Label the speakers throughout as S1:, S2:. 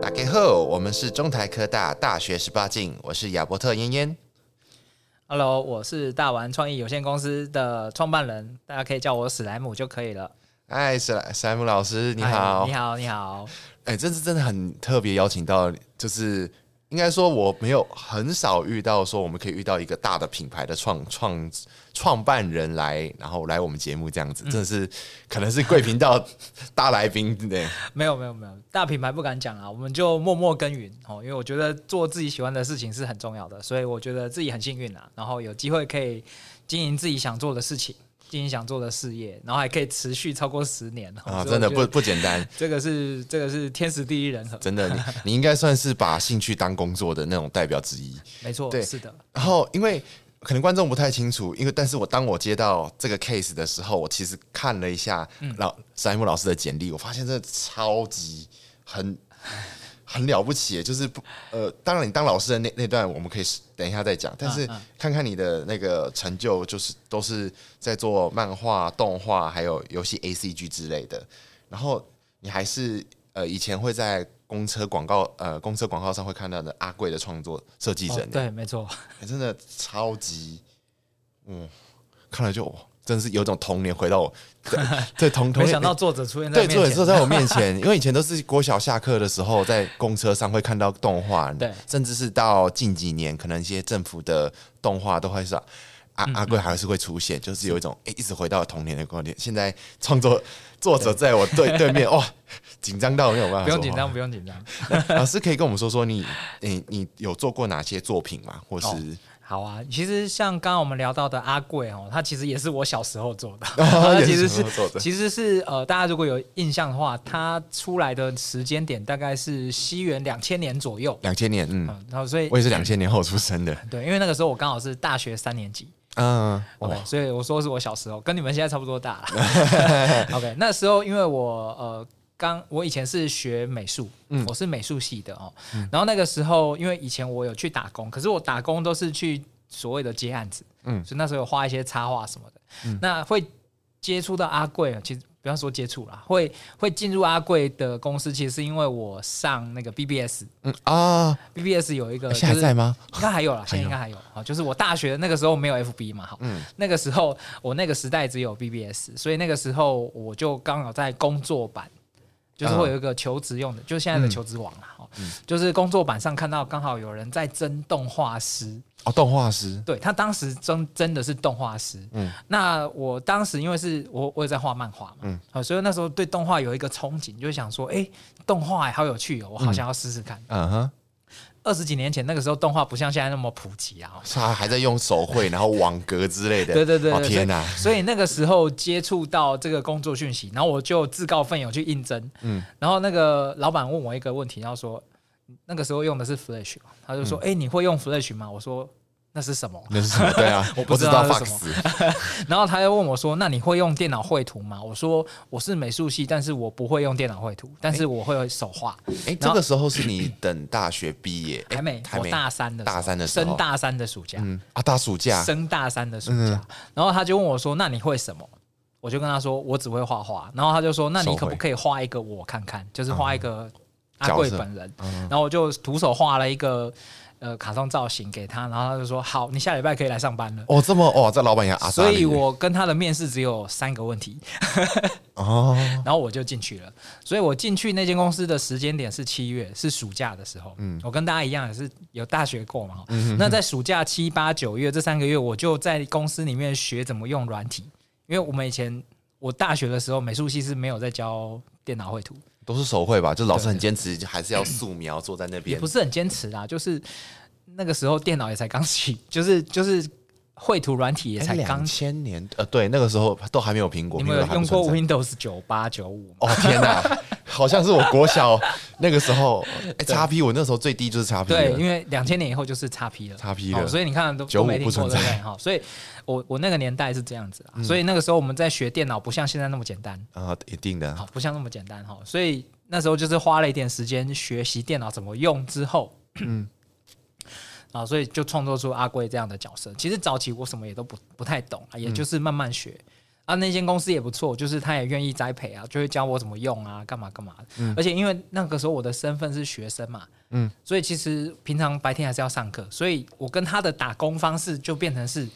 S1: 打开后，我们是中台科大大学十八禁，我是亚伯特嫣嫣。
S2: Hello，我是大玩创意有限公司的创办人，大家可以叫我史莱姆就可以了。
S1: 哎，史莱史莱姆老师，你好，
S2: 哎你好，你好。
S1: 哎，这次真的很特别，邀请到，就是应该说我没有很少遇到说我们可以遇到一个大的品牌的创创创办人来，然后来我们节目这样子，真的是可能是贵频道大来宾 对。
S2: 没有没有没有，大品牌不敢讲啦，我们就默默耕耘哦，因为我觉得做自己喜欢的事情是很重要的，所以我觉得自己很幸运啊啦，然后有机会可以经营自己想做的事情，经营想做的事业，然后还可以持续超过十年哦
S1: 啊，
S2: 所以我
S1: 真的
S2: 觉
S1: 不
S2: 得
S1: 不简单，
S2: 这个是这个是天时地利人和，
S1: 真的，你你应该算是把兴趣当工作的那种代表之一。
S2: 没错
S1: 对，
S2: 是的，哦
S1: 然后因为可能观众不太清楚，因为但是我当我接到这
S2: 嗯
S1: 个 case 的时候，我其实看了一下老山姆老师的简历，我发现真的超级很很了不起耶，就是不呃，当然你当老师的那那段我们可以等一下再讲，但是
S2: 嗯
S1: 看看你的那个成就，就是都是在做漫画、动画还有游戏 A C G 之类的，然后你还是呃以前会在。公车广告，呃，公车广告上会看到的阿贵的创作设计人
S2: 哦
S1: 耶、
S2: 对，没错，
S1: 欸真的超级，嗯，看了就哇真是有种童年回到 我，对对童童
S2: 没
S1: 年
S2: 想到作者出现在
S1: 对，
S2: 面
S1: 作者
S2: 前，
S1: 是在我面 前，因为以前都是国小下课的时候，在公车上会看到动画，
S2: 对
S1: 甚至是到近几年，可能一些政府的动画都会是啊。阿
S2: 嗯
S1: 阿贵还是会出现，就是有一种诶、一直回到童年的观点。现在创作作者在我对对面，哇，紧张到没有办法。
S2: 不用紧张，，不用紧张。
S1: 老师可以跟我们说说你你你有做过哪些作品吗？或是、
S2: 哦好啊，其实像刚刚我们聊到的阿贵哦，他其实也是我小时候做的，
S1: 哦也是
S2: 他其实
S1: 小时
S2: 是
S1: 候做的
S2: 其实是呃，大家如果有印象的话，他出来的时间点大概是西元两千年左右，
S1: 两千年，嗯，
S2: 嗯，然后所以
S1: 我也是两千年后出生的。
S2: 对，因为那个时候我刚好是大学三年级，
S1: 嗯，哇
S2: OK，，所哦以我说是我小时候，跟你们现在差不多大了。OK，那 时候因为我呃刚我以前是学美术，我是美术系的哦。然后那个时候因为以前我有去打工，可是我打工都是去所谓的接案子，
S1: 嗯
S2: 所以那时候有画一些插画什么的。那会接触到阿贵，其实不要说接触啦，会会进入阿贵的公司，其实是因为我上那个 BBS，BBS
S1: 嗯啊，
S2: 有一个
S1: 现在
S2: 就是
S1: 在吗？
S2: 应该还有啦，嗯现在应该还有啊。就是我大学那个时候没有 FB 嘛，哈、那个时候我那个时代只有 BBS，所以那个时候我就刚好在工作版，就是会有一个求职用的，就是现在的求职网啦，哈、就是工作版上看到刚好有人在争动画师，
S1: 哦，动画师，
S2: 对他当时真真的是动画师，
S1: 嗯
S2: 那我当时因为是我我也在画漫画嘛，
S1: 嗯
S2: 嗯，好，所以那时候对动画有一个憧憬，就想说，哎、动画欸好有趣哦，我好想要试试看。
S1: 嗯哼，
S2: 二十几年前那个时候动画不像现在那么普及啊，
S1: 他还在用手绘，然后网格之类的。
S2: 对对对
S1: 哦
S2: 对
S1: 天哪！
S2: 所以那个时候接触到这个工作讯息，然后我就自告奋勇去应征。
S1: 嗯
S2: 嗯，然后那个老板问我一个问题，然后说那个时候用的是 Flash 嘛，他就说：“
S1: 嗯
S2: 哎、你会用 Flash 吗？”我说：“那是什么
S1: 那是什么？对啊，
S2: 我
S1: 不
S2: 不
S1: 知
S2: 知道
S1: 道
S2: 那是？”
S1: Fox，
S2: 然后他又问我说：“那你会用电脑绘图吗？”我说：“我是美术系，但是我不会用电脑绘图，但是我会手画。
S1: 哎，
S2: 然
S1: 这
S2: 后
S1: 个时候是你等大学毕业，诶
S2: 还没，
S1: 还
S2: 我
S1: 没，
S2: 大三的时候
S1: 大三的时候
S2: 升大三的暑假。
S1: 嗯啊，大暑假，嗯
S2: 升大三的暑假，然后他就问我说：“那你会什么？”我就跟他说：“我只会画画。”然后他就说：“那你可不可以画一个我看看？就是画一个
S1: 嗯
S2: 阿贵本人。然后我就徒手画了一个呃卡通造型给他，然后他就说：“好，你下礼拜可以来上班了。
S1: 哦，这么哇，这老板也阿萨
S2: 所
S1: 利耶
S2: 以我跟他的面试只有三个问题，
S1: 哦，
S2: 然后我就进去了。所以我进去那间公司的时间点是七月，是暑假的时候。嗯，我跟大家一样也是有大学过嘛。那在暑假七八九月这三个月，我就在公司里面学怎么用软体，因为我们以前我大学的时候美术系是没有在教电脑绘图，
S1: 都是手绘吧？就老师很坚持，就还是要素描，坐在那
S2: 也
S1: 边
S2: 不。是很坚持啦，就是那个时候电脑也才刚起，就是就是绘图软体也才刚
S1: 两。千年，呃，对，那个时候都还没有苹果，苹
S2: 你们
S1: 果
S2: 有
S1: 还不
S2: 用过
S1: 存在哦
S2: Windows 九八九五吗？
S1: 哦天哪，好像是我国小那个时候，哎，叉 P 我那时候最低就是叉 P，
S2: 对，因为两千年以后就是叉 P 了，
S1: 叉 P
S2: 好
S1: 了
S2: 所以你看都
S1: 95
S2: 都没听
S1: 不存
S2: 过对不
S1: 在嗯
S2: 对？哈，哦所以我我那个年代是这样子啦，所以那个时候我们在学电脑，不像现在那么简单，
S1: 啊，一定的
S2: 好，不像那么简单哈，所以那时候就是花了一点时间学习电脑怎么用之后， 嗯，啊，所以就创作出阿贵这样的角色。其实早期我什么也都不不太懂啊，也就是慢慢学。啊，那间公司也不错，就是他也愿意栽培啊，就会教我怎么用啊，干嘛干嘛的。而且因为那个时候我的身份是学生嘛，嗯，所以其实平常白天还是要上课，所以我跟他的打工方式就变成是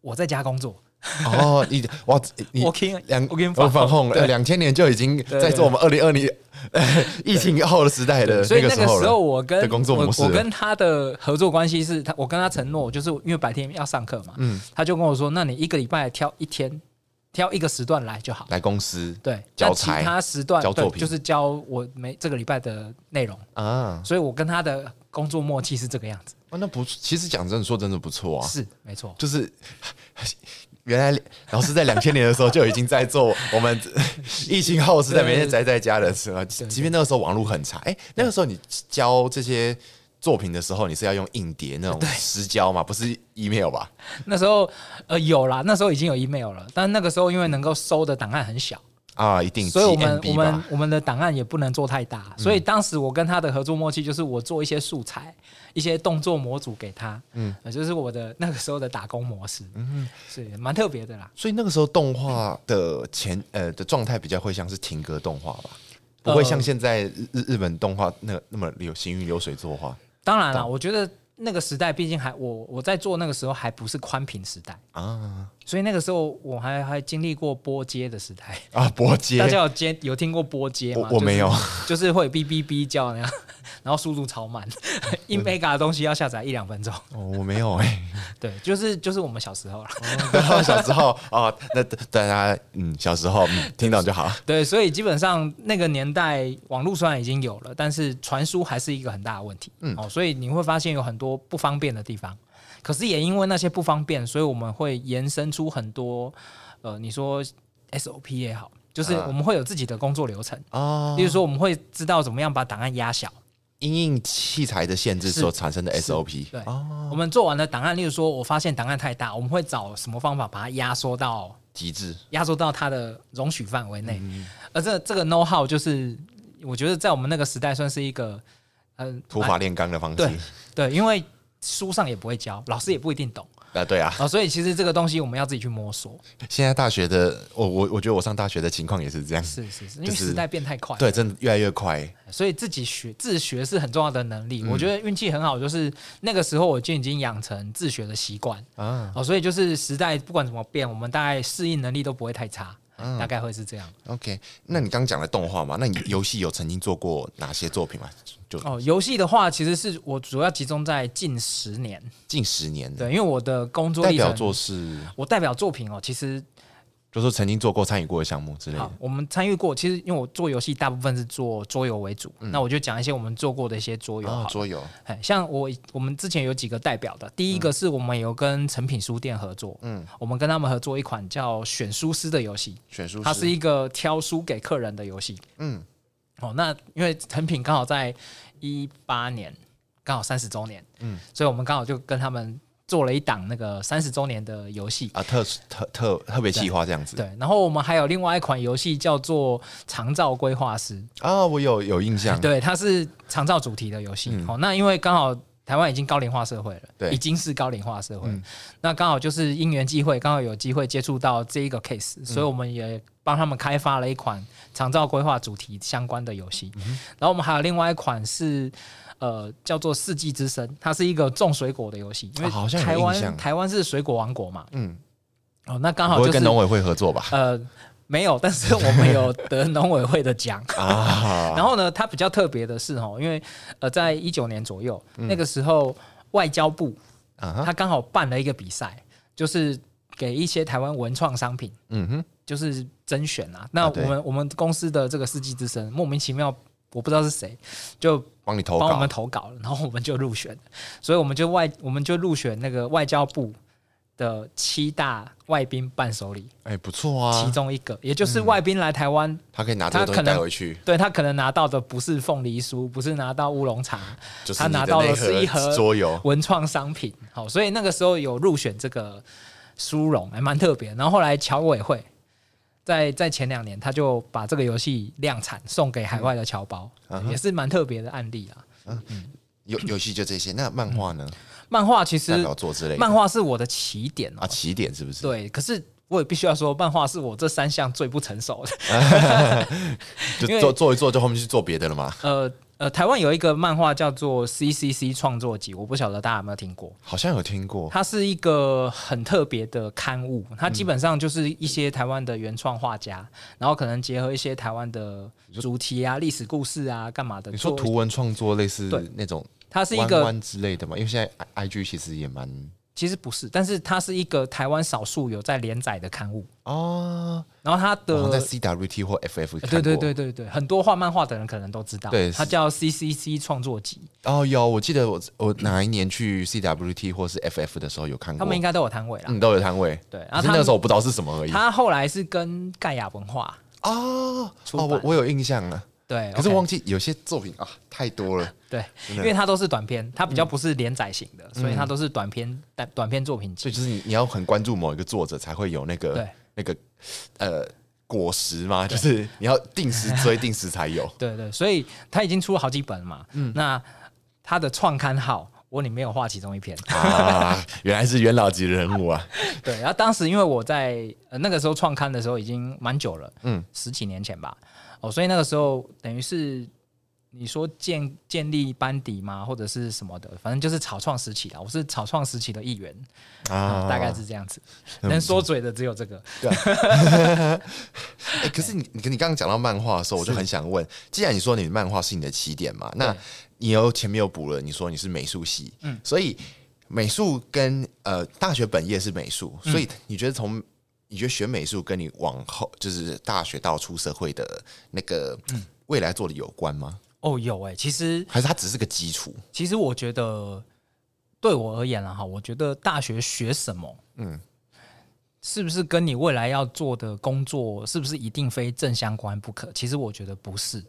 S2: 我在家工作
S1: 哦，你哇，你
S2: ，working
S1: 两
S2: working
S1: 我
S2: from
S1: 反
S2: home，
S1: 控
S2: 对
S1: 两千年就已经在做我们二零二零疫情后的时代的
S2: 所以
S1: 个
S2: 那
S1: 时
S2: 个时
S1: 了。
S2: 候我跟
S1: 的工作
S2: 我
S1: 模式
S2: 我跟他的合作关系是他，我跟他承诺，就是因为白天要上课嘛，
S1: 嗯
S2: 他就跟我说，那你一个礼拜挑一天，挑一个时段来就好，
S1: 来公司
S2: 对，
S1: 交
S2: 那其
S1: 差
S2: 他时段
S1: 交作
S2: 对，
S1: 品
S2: 就是教我每这个礼拜的内容，
S1: 啊，哦
S2: 所以我跟他的工作默契是这个样子，
S1: 哇那不，其实讲真的，说真的不错啊，
S2: 是没错，
S1: 就是原来老师在两千年的时候就已经在做 我们疫情后时代每天宅在家的事了，即便那个时候网络很差，哎，那个时候你教这些。作品的时候，你是要用硬碟那种实交嘛，不是 email 吧？
S2: 那时候呃有啦，那时候已经有 email 了，但那个时候因为能够收的档案很小。
S1: 啊，一定。
S2: 所以我们
S1: MB
S2: 我
S1: 吧嗯
S2: 们我们的档案也不能做太大，所以当时我跟他的合作默契就是我做一些素材、一些动作模组给他，嗯，就是我的那个时候的打工模式，嗯，是蛮特别的啦。
S1: 所以那个时候动画的前呃的状态比较会像是停格动画吧，不会像现在日日本动画那个那么流行云流水作画
S2: 当然了，我觉得那个时代毕竟还我我在做那个时候还不是宽屏时代，
S1: 啊
S2: 所以那个时候我还还经历过波接的时代。
S1: 啊波接
S2: 大家有接有听过波接吗？
S1: 我我没有
S2: 就是，就是会哔哔哔叫那样， 然后速度超 慢，一 mega 的东西要下载一两分钟。
S1: 哦我没有哎、
S2: 对，就是就是我们小时候了。
S1: 欸，小时候啊，那大家嗯小时候、嗯、听到就好，
S2: 对，所以基本上那个年代，网络虽然已经有了，但是传输还是一个很大的问题。嗯，哦，所以你会发现有很多不方便的地方。可是也因为那些不方便，所以我们会延伸出很多，呃，你说 SOP 也好，就是
S1: 啊
S2: 我们会有自己的工作流程。
S1: 啊
S2: 例，如说，我们会知道怎么样把档案压小。
S1: 因应器材的限制
S2: 是
S1: 所产生的 SOP
S2: 对，
S1: 啊
S2: 我们做完了档案，例如说，我发现档案太大，我们会找什么方法把它压缩到
S1: 极致
S2: 压缩到它的容许范围
S1: 嗯
S2: 内。而这这个 know how 就是，我觉得在我们那个时代算是一个，嗯、呃，
S1: 土
S2: 蛮
S1: 法炼钢的方式
S2: 对对，因为书上也不会教，老师也不 一定懂
S1: 啊对啊，
S2: 啊、所以其实这个东西我们要自己去摸索。
S1: 现在大学的我我我觉得我上大学的情况也是这样，
S2: 是是是，因为
S1: 就是
S2: 时代变太快，
S1: 对，，真的越来越快、
S2: 所以自己学自学是很重要的能
S1: 嗯
S2: 力。我觉得运气很好，就是那个时候我就已经养成自学的习惯
S1: 啊
S2: 啊、所以就是时代不管怎么变，我们大概适应能力都不会太差，
S1: 嗯
S2: 大概会是这样。
S1: OK，那你刚讲的动画嘛，那你游戏有曾经做过哪些作品吗？就
S2: 哦，游戏的话，其实是我主要集中在近十年，
S1: 近十年的
S2: 对，因为我的工作
S1: 代
S2: 历程
S1: 表，作是，
S2: 我代表作品哦，其实
S1: 就说曾经做过、参与过的项目之类
S2: 好
S1: 的，。
S2: 我们参与过，其实因为我做游戏大部分是做桌游为主，那我就讲一些我们做过的一些桌游
S1: 啊
S2: 好，
S1: 嗯
S2: 了。
S1: 桌游
S2: 哎，像我我们之前有几个代表的，第
S1: 嗯
S2: 一个是我们有跟诚品书店合作，嗯，我们跟他们合作一款叫选书师的游戏，
S1: 选书师，
S2: 它是一个挑书给客人的游戏，嗯，哦，那因为成品刚好在一八年，刚好三十周年，嗯，所以我们刚好就跟他们做了一档那个三十周年的游戏，
S1: 啊特特特特别企划这样子
S2: 对，然后我们还有另外一款游戏叫做《长照规划师》，
S1: 啊，我有有印象，
S2: 对，它是长照主题的游戏，哦，那因为刚好。台湾已经高龄化社会了，
S1: 嗯对嗯
S2: 已经是高龄化社会了。那刚好就是因缘际会，刚好有机会接触到这一个 case，、所以
S1: 嗯
S2: 我们也帮他们开发了一款长照规划主题相关的游
S1: 嗯
S2: 戏。然后我们还有另外一款是呃叫做《四季之声》，它是一个种水果的游戏，因为
S1: 啊好像有
S2: 台
S1: 印象
S2: 湾台湾是水果王国嘛，嗯，哦，那刚好
S1: 不会
S2: 就是
S1: 跟农委会合作吧？
S2: 呃没有，但是我们有得农委会的奖。
S1: 啊，
S2: 然后呢，它比较特别的是哦，因为呃，在一九年左右、那个时候，外交部
S1: 嗯啊
S2: 它刚好办了一个比赛，就是给一些台湾文创商品，
S1: 嗯哼，
S2: 就是甄选啊。那
S1: 啊
S2: 我
S1: 对
S2: 们、我们公司的这个世纪之声，莫名其妙。我不知道是谁，就
S1: 帮你投
S2: 帮我们
S1: 稿
S2: 投稿了，然后我们就入选了，所以我们就外我们就入选那个外交部的七大外宾伴手礼
S1: 哎、不错啊，
S2: 其中一个，也就是外宾来台湾，
S1: 他可以拿这个东西
S2: 他可能
S1: 带回去，
S2: 对他可能拿到的不是凤梨酥，不是拿到乌龙茶，
S1: 就是
S2: 他
S1: 你
S2: 拿
S1: 的
S2: 到
S1: 那
S2: 的是一盒
S1: 桌游，
S2: 文创商品。好，所以那个时候有入选这个殊荣，还蛮特别。然后后来侨委会在在前两年，他就把这个游戏量产送给海外的侨胞，
S1: 嗯
S2: 也是蛮特别的案例啊。
S1: 游游戏就这些。那漫画呢？
S2: 漫画其
S1: 代
S2: 实
S1: 表作之类的，
S2: 嗯漫画是我的起点哦
S1: 啊，起点是不是？
S2: 对，可是我也必须要说，漫画是我这三项最不成熟的。因
S1: 就
S2: 为
S1: 做做一做，就后面去做别的了嘛。
S2: 呃呃，台湾有一个漫画叫做《C C C 创作集》，我不晓得大家有没有听过。
S1: 好像有听过，
S2: 它是一个很特别的刊物，它基本上就是一些台湾的原创画家，然后可能结合一些台湾的主题啊、历史故事啊、干嘛的。
S1: 你说
S2: 做
S1: 图，文创作类似
S2: 对
S1: 那种
S2: 它是一
S1: 弯
S2: 个
S1: 弯之类的嘛？因为现在 I I G 其实也蛮
S2: 其实不是，但是它是一个台湾少数有在连载的刊物，
S1: 哦，
S2: 然后它
S1: 好像在
S2: 的。
S1: C W T 或 F F 看
S2: 呃对
S1: 过。
S2: 对对对对，很多画漫画的人可能都知道，
S1: 对
S2: 它叫 C C C 创作集，
S1: 哦，有，我记得我我哪一年去 CWT 或是 FF 的时候有看过，
S2: 他们应该都有摊位啦。
S1: 嗯都有摊位，
S2: 啊对，然
S1: 可
S2: 后
S1: 是
S2: 他
S1: 那个
S2: 们
S1: 时候我不知道是什么而已。
S2: 他后来是跟盖亚文化
S1: 哦，
S2: 出
S1: 哦，
S2: 版
S1: 我我有印象了，
S2: 对，
S1: 可是
S2: OK
S1: 我忘记有些作品啊太多 了，
S2: 对，
S1: 真
S2: 因
S1: 的
S2: 为它都是嗯短篇，它比较不是连载型的，所以它都是短篇短短篇作品集。
S1: 所以就是你你要很关注某一个作者才会有那个
S2: 对
S1: 那个呃果实嘛，就是你要定时 追，定时才有。
S2: 对对，所以它已经出了好几本嘛。那它的创刊号。我里面有画其中一 篇，
S1: 啊，原来是元老级人物啊！
S2: 对，然后当时因为我在、呃、那个时候创刊的时候已经蛮久了，
S1: 嗯
S2: 嗯，十几年前吧，哦，所以那个时候等于是你说建建立班底嘛，或者是什么的，反正就是草创时期啦，我是草创时期的一员，啊，大概是这样子，能说嘴的只有这个，
S1: 哎、可是你你你刚刚讲到漫画的时候，我就很想问，既然你说你漫画是你的起点嘛，那你又前面又补了，你说你是美术系，嗯，所以美术跟呃大学本业是美术，所以你觉得从你觉得学美术跟你往后就是大学到出社会的那个未来做的有关吗？
S2: 哦，有哎、其实
S1: 还是它只是个基础？
S2: 其实我觉得对我而言了哈，我觉得大学学什么，嗯，是不是跟你未来要做的工作是不是一定非正相关不可？其实我觉得不是，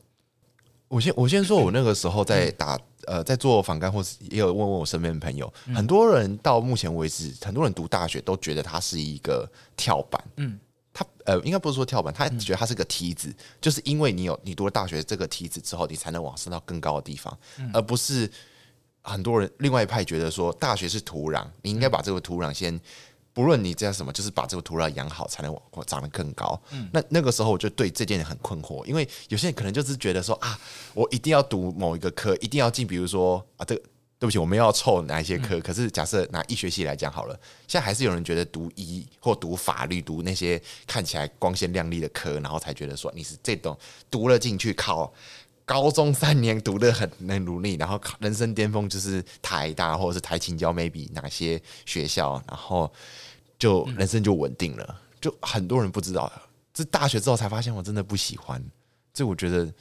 S1: 我先我先说，我那个时候在打、呃，在做访干，或是也有问问我身边的朋友，很多人到目前为止，很多人读大学都觉得它是一个跳板，嗯
S2: 嗯，
S1: 他呃，应该不是说跳板，他觉得它是个梯子，就是因为你有你读了大学这个梯子之后，你才能往升到更高的地方，而不是很多人另外一派觉得说大学是土壤，你应该把这个土壤先。不论你叫什么，就是把这个土壤养好，才能往往长得更高。那那个时候我就对这件很困惑，因为有些人可能就是觉得说啊，我一定要读某一个科，一定要进，比如说啊，这个对不起，我们要凑哪一些科？可是假设拿医学系来讲好了，现在还是有人觉得读医或读法律、读那些看起来光鲜亮丽的科，然后才觉得说你是这种读了进去考。高中三年读的很很努力，然后考人生巅峰就是台大或者是台青交 maybe 哪些学校，然后就人生就稳定了。就很多人不知道，这大学之后才发现我真的不喜欢，所以我觉得，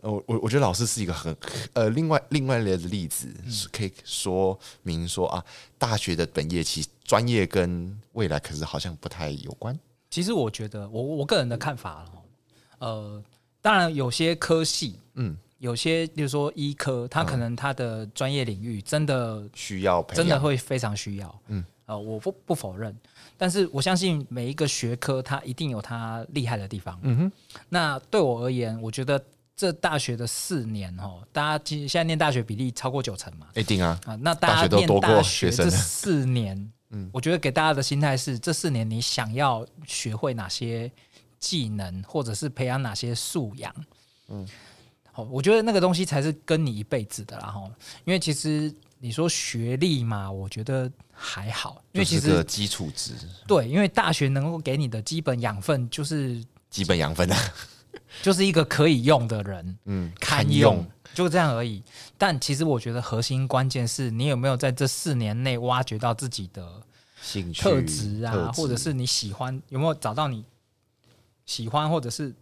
S1: 呃我我我觉得老师是一个很呃另外另外的例子，
S2: 嗯
S1: 是可以说明说啊，大学的本业其实专业跟未来可是好像不太有关。
S2: 其实我觉得我我个人的看法了，呃，当然有些科系，
S1: 嗯
S2: 嗯，有些比如说医科，它可能它的专业领域真的
S1: 需要培
S2: 真的
S1: 养，
S2: 会非常需要。嗯，呃，我不不否认，但是我相信每一个学科它一定有它厉害的地方。嗯哼，那对我而言，我觉得这大学的四年哦，大家其实现在念大学比例超过九成嘛，
S1: 一定啊，
S2: 啊，那
S1: 大
S2: 大
S1: 学
S2: 家
S1: 都
S2: 念
S1: 多过
S2: 大
S1: 学
S2: 学
S1: 生嗯
S2: 这四年，我觉得给大家的心态是，这四年你想要学会哪些技能，或者是培养哪些素养，嗯，好，我觉得那个东西才是跟你一辈子的啦，哈，因为其实你说学历嘛，我觉得还好，因为其
S1: 就是
S2: 实
S1: 个基础值、
S2: 对，因为大学能够给你的基本养分就是
S1: 基本养分啊，
S2: 就是一个可以用的人，
S1: 嗯，
S2: 堪用，就这样而已。但其实我觉得核心关键是你有没有在这四年内挖掘到自己的
S1: 兴趣
S2: 特质啊，
S1: 特
S2: 或者是你喜欢有没有找到你喜欢或者是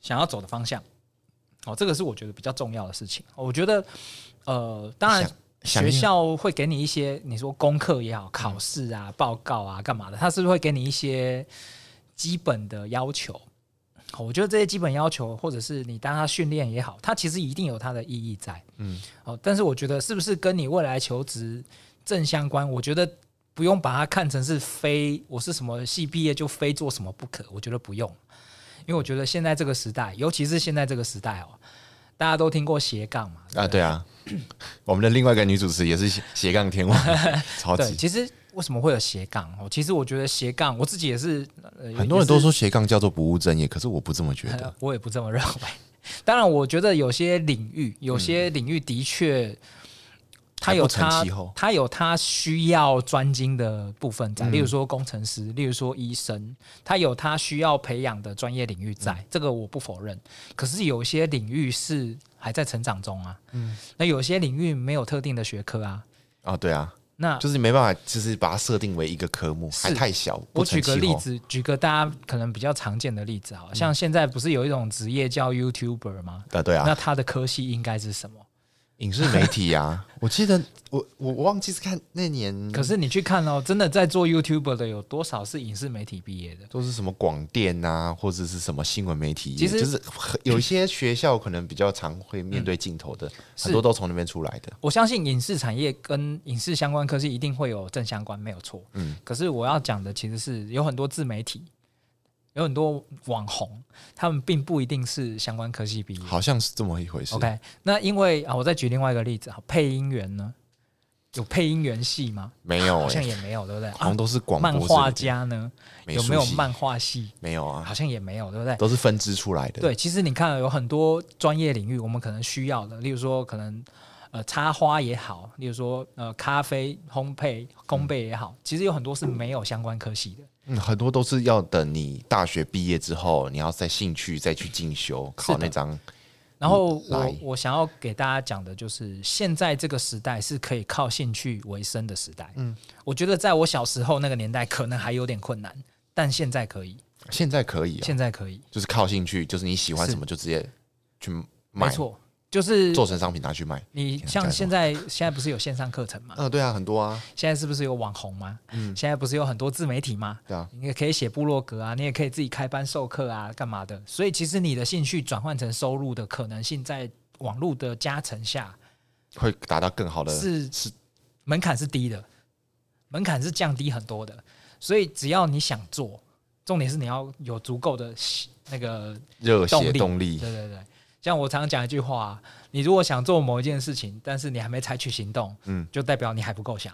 S2: 想要走哦的方向。哦，这个是我觉得比较重要的事情。我觉得，呃，当然
S1: 想嗯响
S2: 学
S1: 应
S2: 校会给你一些，你说功课也好，考试啊、报告啊、干嘛的，他是不是会给你一些基本的要求？哦我觉得这些基本要求，或者是你当他训练也好，它其实一定有它的意义在。
S1: 嗯，
S2: 哦，但是我觉得是不是跟你未来求职正相关？我觉得不用把它看成是非我是什么系毕业就非做什么不可，我觉得不用，因为我觉得现在这个时代，尤其是现在这个时代哦，大家都听过斜杠嘛，
S1: 啊，对 啊，我们的另外一个女主持也是斜斜杠天王，超
S2: 对，
S1: 级
S2: 其实为什么会有斜杠？哦，其实我觉得斜杠，我自己也是，呃、
S1: 很多人都
S2: 也
S1: 说斜杠叫做不务正业，可是我不这么觉
S2: 是、
S1: 得
S2: 呃。 我也不这么认为。当然，我觉得有些领域，有些领域的确，
S1: 嗯
S2: 它
S1: 还
S2: 有
S1: 不成
S2: 它
S1: 气候，
S2: 它有它需要专精的部分在，例
S1: 嗯
S2: 如说工程师，例如说医生，它有它需要培养的专业领域在，
S1: 嗯
S2: 这个我不否认。可是有些领域是还在成长中啊，嗯，那有些领域没有特定的学科啊，
S1: 啊，对啊，
S2: 那
S1: 就是没办法，就是把它设定为一个科目，
S2: 是
S1: 还太小。
S2: 我
S1: 不
S2: 举
S1: 成气
S2: 个例
S1: 候，嗯
S2: 子，举个大家可能比较常见的例子，好像现在不是有一种职业叫 YouTuber 吗？
S1: 啊，对
S2: 那
S1: 啊，
S2: 他的科系应该是什么？
S1: 影视媒体啊， 我记得我我我忘记是看那年，
S2: 可是你去看哦，真的在做 YouTuber 的有多少是影视媒体毕业的？
S1: 都是什么广电啊，或者是什么新闻媒体业，
S2: 其实
S1: 就是很有一些学校可能比较常会面对镜头的，
S2: 嗯是
S1: 很多都从那边出来的。
S2: 我相信影视产业跟影视相关科系一定会有正相关，没有错。
S1: 嗯
S2: 可是我要讲的其实是有很多自媒体，有很多网红，他们并不一定是相关科系毕业。
S1: 好像是这么一回事。
S2: OK，那因为啊，我再举另外一个例子，好，配音员呢，有配音员系吗？
S1: 没有、
S2: 好像
S1: 欸，
S2: 也没有，对不对？
S1: 好像都是广播
S2: 漫
S1: 之
S2: 画
S1: 类的
S2: 家呢，
S1: 美
S2: 有
S1: 术
S2: 没有
S1: 系
S2: 漫画系？
S1: 没有啊
S2: 好，像也没有，对不对？
S1: 都是分支出来的。，
S2: 对，其实你看，有很多专业领域我们可能需要的，例如说可能呃插花也好，例如说呃咖啡烘焙烘焙也好，其实有很多是没有相关科系的。
S1: 嗯，很多都是要等你大学毕业之后，你要在兴趣再去进修，考那张。
S2: 然后
S1: 嗯来
S2: 我我想要给大家讲的就是，现在这个时代是可以靠兴趣为生的时代。嗯，我觉得在我小时候那个年代可能还有点困难，但现在可以，
S1: 现在可以、哦，
S2: 现在可以。
S1: 就是靠兴趣，就是你喜欢什么就直接去
S2: 没
S1: 卖，
S2: 错，就是
S1: 做成商品拿去卖。
S2: 你
S1: 天啊
S2: 像
S1: 干什
S2: 现在现在不是有线上课程吗？
S1: 嗯、对啊，很多啊，
S2: 现在是不是有网红吗？现在不是有很多自媒体吗？
S1: 嗯对啊，
S2: 你也可以写部落格啊，你也可以自己开班授课啊，干嘛的？所以其实你的兴趣转换成收入的可能性，在网络的加成下
S1: 会达到更好的。
S2: 是
S1: 呃是
S2: 门槛是低的，门槛是降低很多的。所以只要你想做，重点是你要有足够的喜那个
S1: 热
S2: 动
S1: 血
S2: 力
S1: 动力
S2: 对对对，像我常常讲一句话、啊：你如果想做某一件事情，但是你还没采取行动，
S1: 嗯
S2: 就代表你还不够想。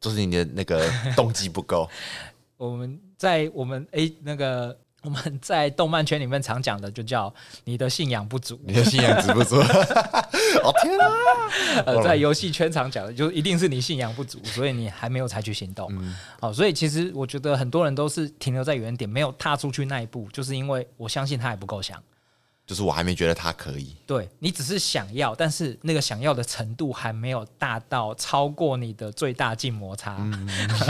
S1: 就是你的那个动机不够。
S2: 我们在我们诶、那个我们在动漫圈里面常讲的，就叫你的信仰不足。
S1: 你的信仰值不足。 哦天啊！
S2: 呃，在游戏圈常讲的，就一定是你信仰不足，所以你还没有采取行动。好，所以其实我觉得很多人都是停留在原点，没有踏出去那一步，就是因为我相信他还不够想。
S1: 就是我还没觉得他可以。
S2: 对你只是想要，但是那个想要的程度还没有大到超过你的最大静摩擦，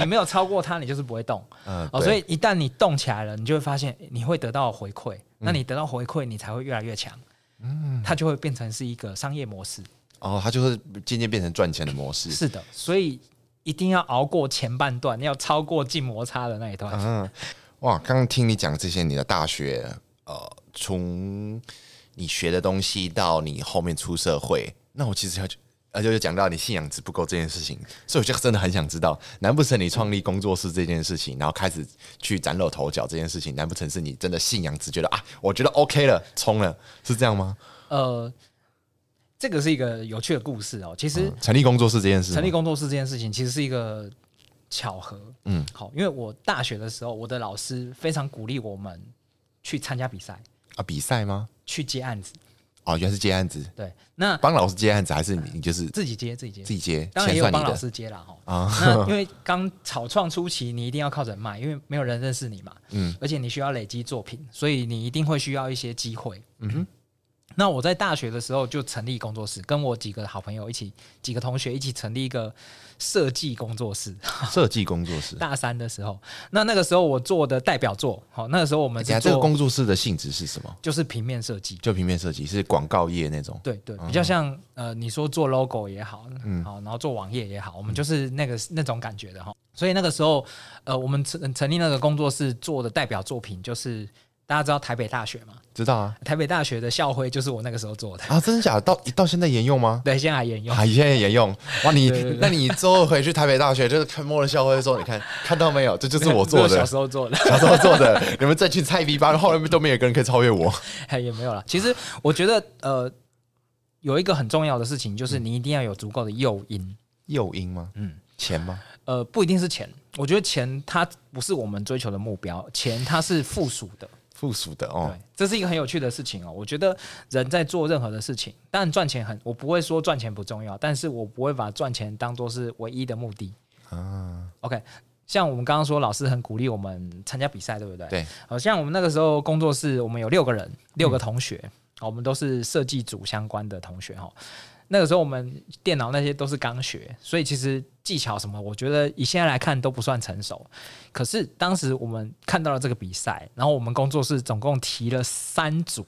S2: 你没有超过它，你就是不会动。
S1: 嗯、
S2: 哦，
S1: 对
S2: 所以一旦你动起来了，你就会发现诶你会得到回馈，那你得到回馈，你才会越来越强。嗯，它就会变成是一个商业模式。
S1: 哦，他就是渐渐变成赚钱的模式。
S2: 是的，所以一定要熬过前半段，要超过静摩擦的那一段。
S1: 嗯，哇，刚刚听你讲这些，你的大学，呃，从你学的东西到你后面出社会，那我其实要去。而且就讲到你信仰值不够这件事情，所以我就真的很想知道，难不成你创立工作室这件事情，然后开始去崭露头角这件事情，难不成是你真的信仰只觉得啊，我觉得 OK 了，冲了，是这样吗？
S2: 呃，这个是一个有趣的故事哦。其实
S1: 成立工作室这件事吗，
S2: 成立工作室这件事情其实是一个巧合。
S1: 嗯
S2: 嗯，好，因为我大学的时候，我的老师非常鼓励我们去参加比赛，
S1: 啊比赛吗？
S2: 去接案子。
S1: 哦，原来是接案子，
S2: 对，那
S1: 帮老师接案子，还是你你就是自
S2: 自己接自己接，
S1: 己接，
S2: 当
S1: 钱
S2: 然也有
S1: 算你
S2: 帮老
S1: 的
S2: 师接啦。哈。
S1: 啊？
S2: 那因为刚草创初期，你一定要靠人脉，因为没有人认识你嘛，
S1: 嗯
S2: 而且你需要累积作品，所以你一定会需要一些机会，嗯哼。那我在大学的时候就成立工作室，跟我几个好朋友一起，几个同学一起成立一个设计工作室。
S1: 设计工作室。
S2: 大三的时候，那那个时候我做的代表作，好，那个时候我们
S1: 哎等
S2: 是
S1: 下这个
S2: 做
S1: 工作室的性质是什么？
S2: 就是平面设计。
S1: 就平面设计是广告业那种。
S2: 对对，
S1: 哦
S2: 比较像呃，你说做 logo 也好，
S1: 嗯
S2: 好，然后做网页也好，我们就是那个那种感觉的哈。所以那个时候，呃，我们成成立那个工作室做的代表作品就是大家知道台北大学嘛，
S1: 知道啊
S2: 台北大学的校徽就是我那个时候做的，
S1: 啊，真的假的？到到现在沿用吗？
S2: 对，现在还沿用。
S1: 啊，现在沿用哇！你
S2: 对对对
S1: 那你之后回去台北大学就是看末日校徽的时候，你看看到没有？这就是我做
S2: 这是
S1: 的
S2: 小，时候做的，
S1: 小时候做的。 你们再去菜逼吧，后来都没有个人可以超越我。
S2: 哎也没有了。其实我觉得，呃，有一个很重要的事情，就是
S1: 嗯
S2: 你一定要有足够的诱因。
S1: 诱因吗？
S2: 嗯，
S1: 钱吗？
S2: 呃，不一定是钱，我觉得钱它不是我们追求的目标，钱它是附属的。
S1: 附属的
S2: 对
S1: 哦，，
S2: 这是一个很有趣的事情哦。我觉得人在做任何的事情，当然赚钱很，我不会说赚钱不重要，但是我不会把赚钱当做是唯一的目的。
S1: 啊，
S2: OK，像我们刚刚说，老师很鼓励我们参加比赛，对不对？
S1: 对，嗯
S2: 好像我们那个时候工作室，我们有六个人，六个同学，哦好我们都是设计组相关的同学哈。那个时候我们电脑那些都是刚学，所以其实技巧什么，我觉得以现在来看都不算成熟。可是当时我们看到了这个比赛，然后我们工作室总共提了三组，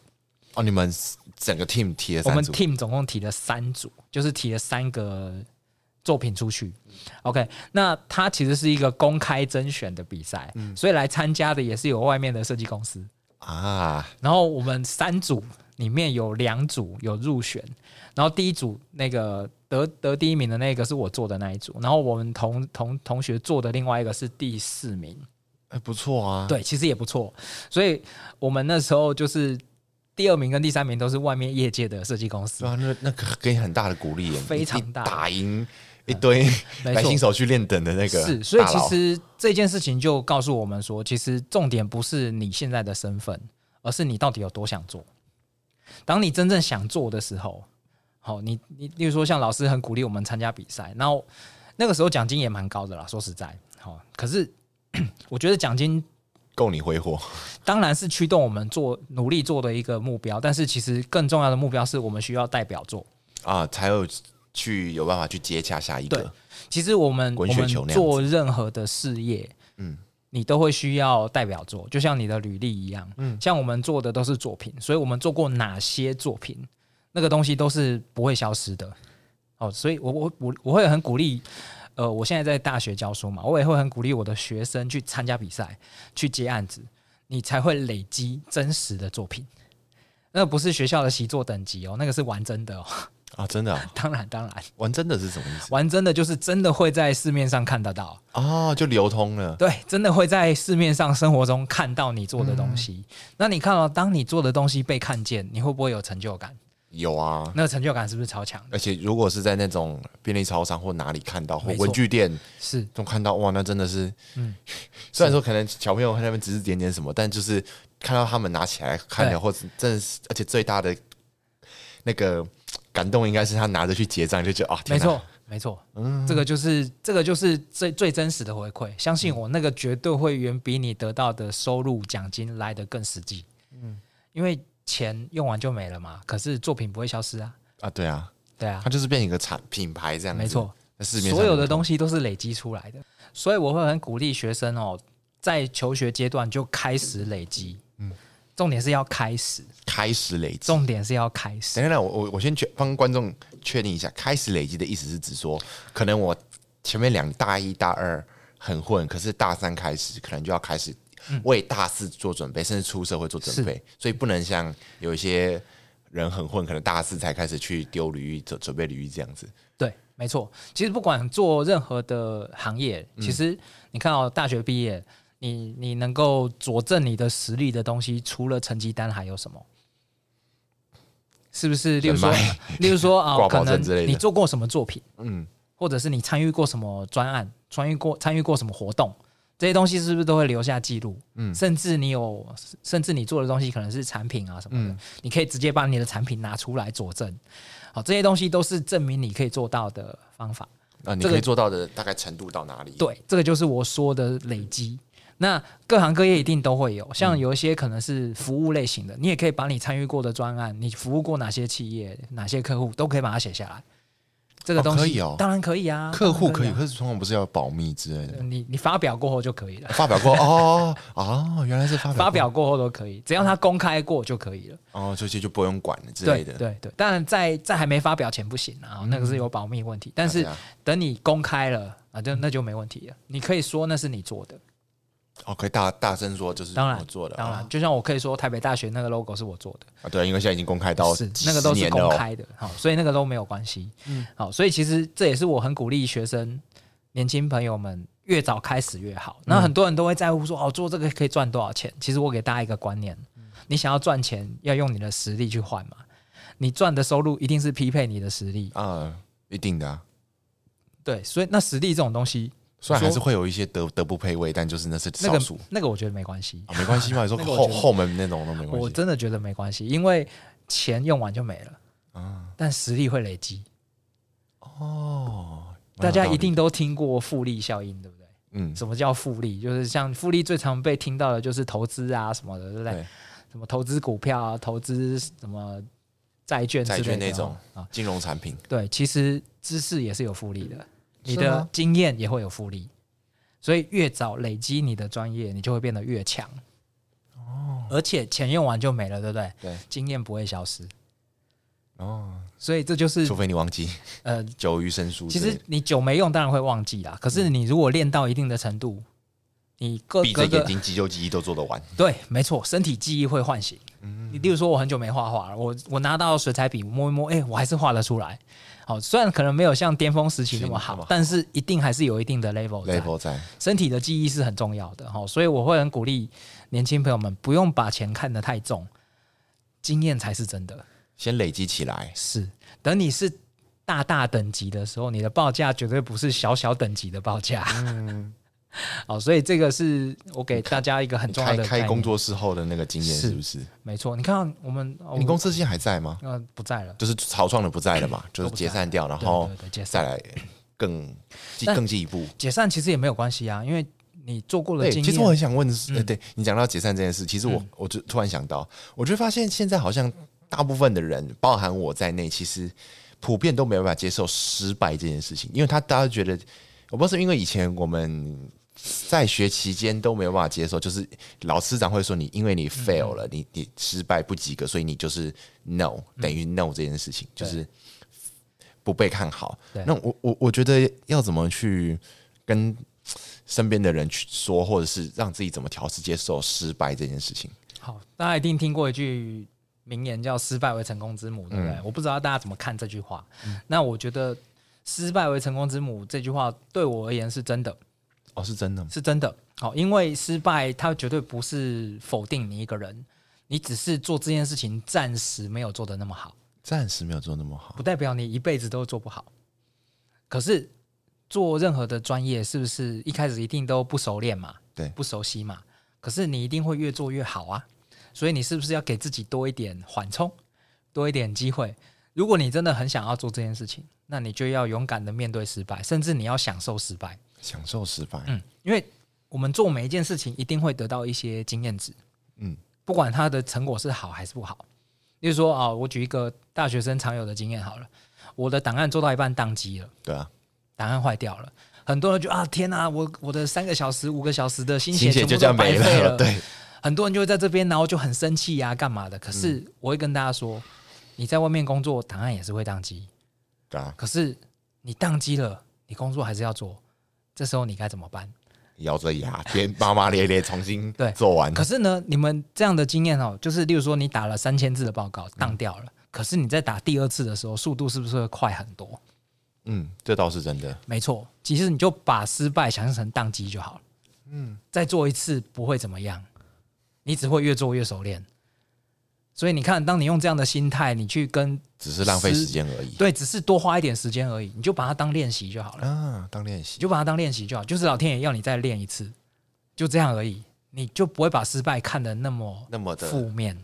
S1: 哦，你们整个 team 提了
S2: 我
S1: 三
S2: 们
S1: 组，
S2: team 总共提了三组，就是提了三个作品出去。OK，那它其实是一个公开甄选的比赛，
S1: 嗯
S2: 所以来参加的也是有外面的设计公司。
S1: 啊，
S2: 然后我们三组里面有两组有入选，然后第一组那个得得第一名的那个是我做的那一组，然后我们同同同学做的另外一个是第四名，
S1: 哎，不错啊，，
S2: 对，其实也不错，所以我们那时候就是第二名跟第三名都是外面业界的设计公司
S1: 对，啊，那那个给你很大的鼓励耶，
S2: 非常
S1: 你
S2: 大
S1: 打赢一堆
S2: 没错
S1: 来新手去练等的那个大佬，
S2: 是，所以其实这件事情就告诉我们说，其实重点不是你现在的身份，而是你到底有多想做。当你真正想做的时候，好，你你例如说像老师很鼓励我们参加比赛，然后那个时候奖金也蛮高的啦，说实在，好，可是 我觉得奖金
S1: 够你挥霍，
S2: 当然是驱动我们做努力做的一个目标，但是其实更重要的目标是我们需要代表作。
S1: 啊，才有去有办法去接洽下一
S2: 对
S1: 个。
S2: 其实我们我
S1: 滚雪球那样子
S2: 们做任何的事业，
S1: 嗯
S2: 嗯，你都会需要代表作，就像你的履历一样，嗯，像我们做的都是作品，所以我们做过哪些作品，那个东西都是不会消失的。哦，所以我我我我会很鼓励，呃，我现在在大学教书嘛，我也会很鼓励我的学生去参加比赛，去接案子，你才会累积真实的作品。那不是学校的习作等级哦，那个是玩真的哦，
S1: 啊，真的、啊，
S2: 当然当然，
S1: 玩真的是什么意思？
S2: 玩真的就是真的会在市面上看得到，
S1: 哦，就流通了。
S2: 对，真的会在市面上生活中看到你做的东西。
S1: 嗯
S2: 那你看到、当你做的东西被看见，你会不会有成就感？
S1: 有啊，
S2: 那个成就感是不是超强？
S1: 而且如果是在那种便利超商或哪里看到，或
S2: 没错嗯
S1: 文具店
S2: 是
S1: 都看到，哇，那真的是， 虽然说可能小朋友看他们指指点点什么，但就是看到他们拿起来看
S2: 对
S1: 了，或者真的是，而且最大的那个感动应该是他拿着去结账，就觉得啊，天
S2: 没
S1: 哪嗯
S2: 错，，没错，这个就是这个就是最最真实的回馈。相信我，那个绝对会远比你得到的收入奖金来得更实际。嗯，因为钱用完就没了嘛，可是作品不会消失啊。
S1: 啊，对啊，
S2: 对啊
S1: 它，就是变成一个产品牌这样子，
S2: 没错，
S1: 在市面上
S2: 所有的
S1: 流通
S2: 东西都是累积出来的，所以我会很鼓励学生哦，在求学阶段就开始累积。嗯，重点是要开始，
S1: 开始累积。
S2: 重点是要开
S1: 等
S2: 始。
S1: 一下，我我我先确帮观众确定一下，开始累积的意思是指说，可能我前面两大一大二很混，可是大三开始可能就要开始为大四做准备，甚至出社会做准备，所以不能像有一些人很混，可能大四才开始去丢履历、准准备履历这样子。
S2: 对，没错。其实不管做任何的行业，
S1: 嗯
S2: 其实你看哦，大学毕业，你你能够佐证你的实力的东西，除了成绩单还有什么？是不是？例如说
S1: 人，
S2: 例如说啊、
S1: 挂
S2: 可
S1: 保证
S2: 能
S1: 之类的
S2: 你做过什么作品？
S1: 嗯，
S2: 或者是你参与过什么专案，参与过参与过什么活动，这些东西是不是都会留下记录？嗯，甚至你有，甚至你做的东西可能是产品啊什么的，
S1: 嗯
S2: 你可以直接把你的产品拿出来佐证。好，这些东西都是证明你可以做到的方法。
S1: 那你
S2: 这个
S1: 可以做到的大概程度到哪里？
S2: 对，这个就是我说的累积。那各行各业一定都会有，
S1: 嗯
S2: 像有一些可能是服务类型的，你也可以把你参与过的专案，你服务过哪些企业、哪些客户，都可以把它写下来。这个
S1: 哦
S2: 东西、
S1: 可以哦
S2: 当然可以啊，
S1: 客户
S2: 当
S1: 可以，
S2: 然啊
S1: 可是通常不是要保密之 类的。
S2: 你你发表过后就可以了。
S1: 发表过哦哦，原来是发表过
S2: 发表过后都可以，只要他公开过就可以了。
S1: 哦，这些就不用管了之
S2: 对
S1: 类的。嗯
S2: 对对，当然在在还没发表前不行啊，那个是有保密问题。但
S1: 啊
S2: 是
S1: 对啊
S2: 等你公开了啊，就那就没问题了。你可以说那是你做的，
S1: 哦，可以大大声说，就是
S2: 当然
S1: 我做的，
S2: 当然
S1: 哦，
S2: 就像我可以说台北大学那个 logo 是我做的，
S1: 啊，对，因为现在已经公开到
S2: 是
S1: 几
S2: 那个都
S1: 十
S2: 是
S1: 年了
S2: 公
S1: 哦嗯
S2: 开的，好，所以那个都没有关系。好，所以其实这也是我很鼓励学生、年轻朋友们越早开始越好。
S1: 嗯
S2: 那很多人都会在乎说，哦，做这个可以赚多少钱？其实我给大家一个观念，
S1: 嗯
S2: 你想要赚钱，要用你的实力去换嘛。你赚的收入一定是匹配你的实力，
S1: 啊，一定的啊。
S2: 对，所以那实力这种东西，
S1: 虽然还是
S2: 说
S1: 会有一些德德不配位，但就是那是
S2: 那
S1: 少
S2: 个
S1: 数，
S2: 那个我觉得没关系，
S1: 啊没关系 嘛。你说
S2: 那个我
S1: 后
S2: 觉得
S1: 后门那种都没关
S2: 我
S1: 系，
S2: 真的觉得没关系，因为钱用完就没了，
S1: 啊
S2: 但实力会累积。
S1: 哦，
S2: 大家
S1: 蛮有道理
S2: 一定都听过复利效应，对不对？
S1: 嗯，
S2: 什么叫复利？就是像复利最常被听到的就是投资啊什么的，对不对？
S1: 对
S2: 什么投资股票啊，投资什么债券之类
S1: 债
S2: 的
S1: 券那种
S2: 啊。
S1: 金融产品，
S2: 对，其实知识也是有复利的，你
S1: 是
S2: 的
S1: 吗
S2: 经验也会有复利，所以越早累积你的专业，你就会变得越强。哦，而且钱用完就没了，对不对？
S1: 对，
S2: 经验不会消失，
S1: 哦，
S2: 所以这就是
S1: 除非你忘记
S2: 呃，
S1: 久于生疏之
S2: 其
S1: 类的，
S2: 实你久没用，当然会忘记啦。可是你如果练到一定的程度，你各
S1: 嗯闭着
S2: 各个
S1: 眼睛急救记忆都做得完，
S2: 对，没错，身体记忆会唤醒。
S1: 嗯
S2: 你例如说，我很久没画画了，我我拿到水彩笔摸一摸，哎、我还是画得出来。好，虽然可能没有像巅峰时期那么
S1: 是那
S2: 好
S1: 么好，
S2: 但是一定还是有一定的 level 在。
S1: level 在
S2: 身体的记忆是很重要的哈、所以我会很鼓励年轻朋友们不用把钱看得太重，经验才是真的。
S1: 先累积起来，
S2: 是，等你是大大等级的时候，你的报价绝对不是小小等级的报价。 好，所以这个是我给大家一个很
S1: 你
S2: 重
S1: 嗯
S2: 要
S1: 开
S2: 的概
S1: 开
S2: 念
S1: 工作室后的那个经验
S2: 是
S1: 是不是？
S2: 没错，你看我们，哦我
S1: 你
S2: 们
S1: 公司现在还在吗？
S2: 呃不在了，
S1: 就是草创的不在了嘛，就是解散掉，然
S2: 对
S1: 后
S2: 对对解
S1: 再
S2: 散
S1: 来更进
S2: 但
S1: 更进一步。
S2: 解散其实也没有关系啊，因为你做过的
S1: 对，
S2: 经
S1: 哎其
S2: 验，嗯
S1: 实我很想问的是，呃对你讲到解散这件事，其实我、我就突然想到，我就发现现在好像大部分的人，包含我在内，其实普遍都没有办法接受失败这件事情，因为他大家觉得，我不知道是因为以前我们。在学期间都没有办法接受，就是老师长会说你，因为
S2: 嗯
S1: 你 fail 了，你你失败不及格，所以你就是 no 等于 no 这件事情，就
S2: 嗯对
S1: 是不被看好
S2: 对。
S1: 那我我我觉得要怎么去跟身边的人去说，或者是让自己怎么调试接受失败这件事情？
S2: 好，大家一定听过一句名言叫“失败为成功之母”，
S1: 嗯
S2: 对不对？我不知道大家怎么看这句话。那我觉得“失败为成功之母”这句话对我而言是真的，
S1: 哦，是真的吗？
S2: 是真的。好，因为失败它绝对不是否定你一个人，你只是做这件事情暂时没有做的那么好。
S1: 暂时没有做那么好
S2: 不，代表你一辈子都做不好。可是做任何的专业，是不是一开始一定都不熟练嘛？
S1: 对
S2: 不熟悉嘛？可是你一定会越做越好啊！所以你是不是要给自己多一点缓冲，多一点机会？如果你真的很想要做这件事情，那你就要勇敢的面对失败，甚至你要享受失败。
S1: 享受失败。
S2: 嗯，因为我们做每一件事情一定会得到一些经验值，
S1: 嗯，
S2: 不管它的成果是好还是不好。例如说啊、我举一个大学生常有的经验好了，我的档案做到一半宕机了，
S1: 对啊，
S2: 档案坏掉了，很多人就啊天哪、我我的三个小时、五个小时的心
S1: 心
S2: 血
S1: 血
S2: 全部
S1: 就这样
S2: 都白
S1: 没
S2: 费了，
S1: 对，嗯
S2: 很多人就会在这边，然后就很生气呀、干嘛的？可是我会跟大家说，你在外面工作，档案也是会宕机，
S1: 对啊，
S2: 可是你宕机了，你工作还是要做，这时候你该怎么办？
S1: 咬着牙，边骂骂咧咧，重新
S2: 对
S1: 做完。
S2: 可是呢，你们这样的经验哦，就是例如说你打了三千字的报告，当掉
S1: 嗯
S2: 了，可是你在打第二次的时候，速度是不是会快很多？
S1: 嗯，这倒是真的。
S2: 没错，其实你就把失败想象成宕机就好了。嗯，再做一次不会怎么样，你只会越做越熟练。所以你看，当你用这样的心态，你去跟
S1: 只是浪费时间而已
S2: 对，只是多花一点时间而已，你就把它当练习就好了。
S1: 啊，当练习
S2: 你。就把它当练习就好，就是老天爷要你再练一次，就这样而已，你就不会把失败看得那么
S1: 那么的
S2: 负面。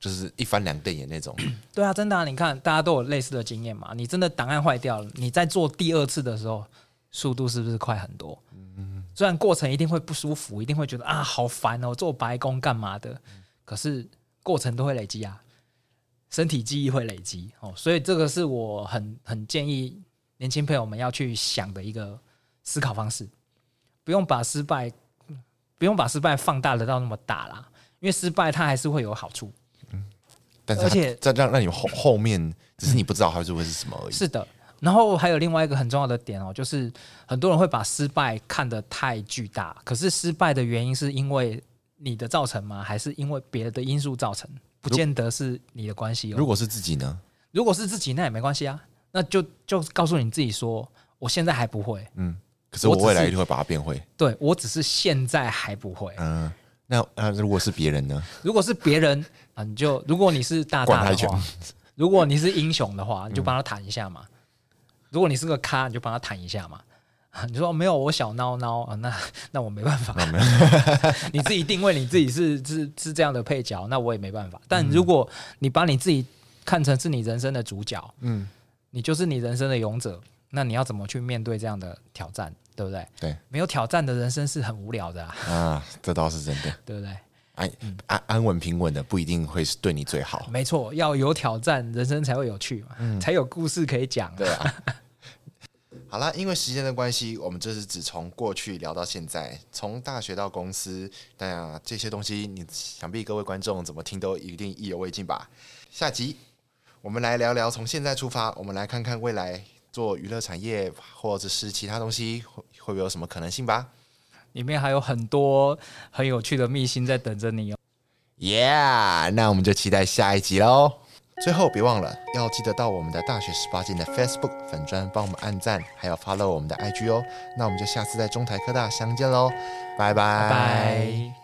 S1: 就是一翻两瞪眼那 种，
S2: 对啊，真的、啊，你看大家都有类似的经验嘛。你真的档案坏掉了，你在做第二次的时候，速度是不是快很多？虽然过程一定会不舒服，一定会觉得啊好烦哦，做白工干嘛的？可是过程都会累积啊，身体记忆会累积哦，所以这个是我很很建议年轻朋友们要去想的一个思考方式，不用把失败不用把失败放大的到那么大啦，因为失败它还是会有好处。
S1: 但是
S2: 而且
S1: 这让让你后后面只是你不知道它是会是什么而已。
S2: 是的，然后还有另外一个很重要的点哦，就是很多人会把失败看得太巨大，可是失败的原因是因为你的造成吗？还是因为别的因素造成？不见得是你的关系哦。
S1: 如果是自己呢？
S2: 如果是自己，那也没关系啊，那就就告诉你自己说，我现在还不会，
S1: 可是
S2: 我
S1: 我
S2: 只是
S1: 未来一定会把它变会。
S2: 对我只是现在还不会。
S1: 嗯，那那如果是别人呢？
S2: 如果是别人啊，你就如果你是大
S1: 管
S2: 大
S1: 他一
S2: 的
S1: 拳嗯
S2: 话，如果你是英雄的话，你就帮他弹一下嘛；如果你是个咖，你就帮他弹一下嘛。 啊你说没有，我小孬孬啊，那 那我没办法。 你自己定位你自己是是是这样的配角，那我也没办法。
S1: 嗯
S2: 但如果你把你自己看成是你人生的主角，
S1: 嗯，
S2: 你就是你人生的勇者，那你要怎么去面对这样的挑战，对不对？
S1: 对
S2: 没有挑战的人生是很无聊的、啊，
S1: 啊，这倒是真的。
S2: 对不对？
S1: 安
S2: 嗯
S1: 安安稳平稳的不一定会是对你最好。
S2: 没错，要有挑战，人生才会有趣嘛，才有故事可以讲啊。
S1: 对啊。 好啦，因为时间的关系，我们这是只从过去聊到现在，从大学到公司，当然、啊、这些东西，你想必各位观众怎么听都一定意犹未尽吧。下集我们来聊聊从现在出发，我们来看看未来做娱乐产业或者是其他东西会会不会有什么可能性吧。
S2: 里面还有很多很有趣的秘辛在等着你哦。
S1: Yeah，那我们就期待下一集喽。最后别忘了要记得到我们的大学十八禁的 Facebook 粉专帮我们按赞，还有 follow 我们的 IG 哦。那我们就下次在中台科大相见喽，拜拜
S2: 拜拜。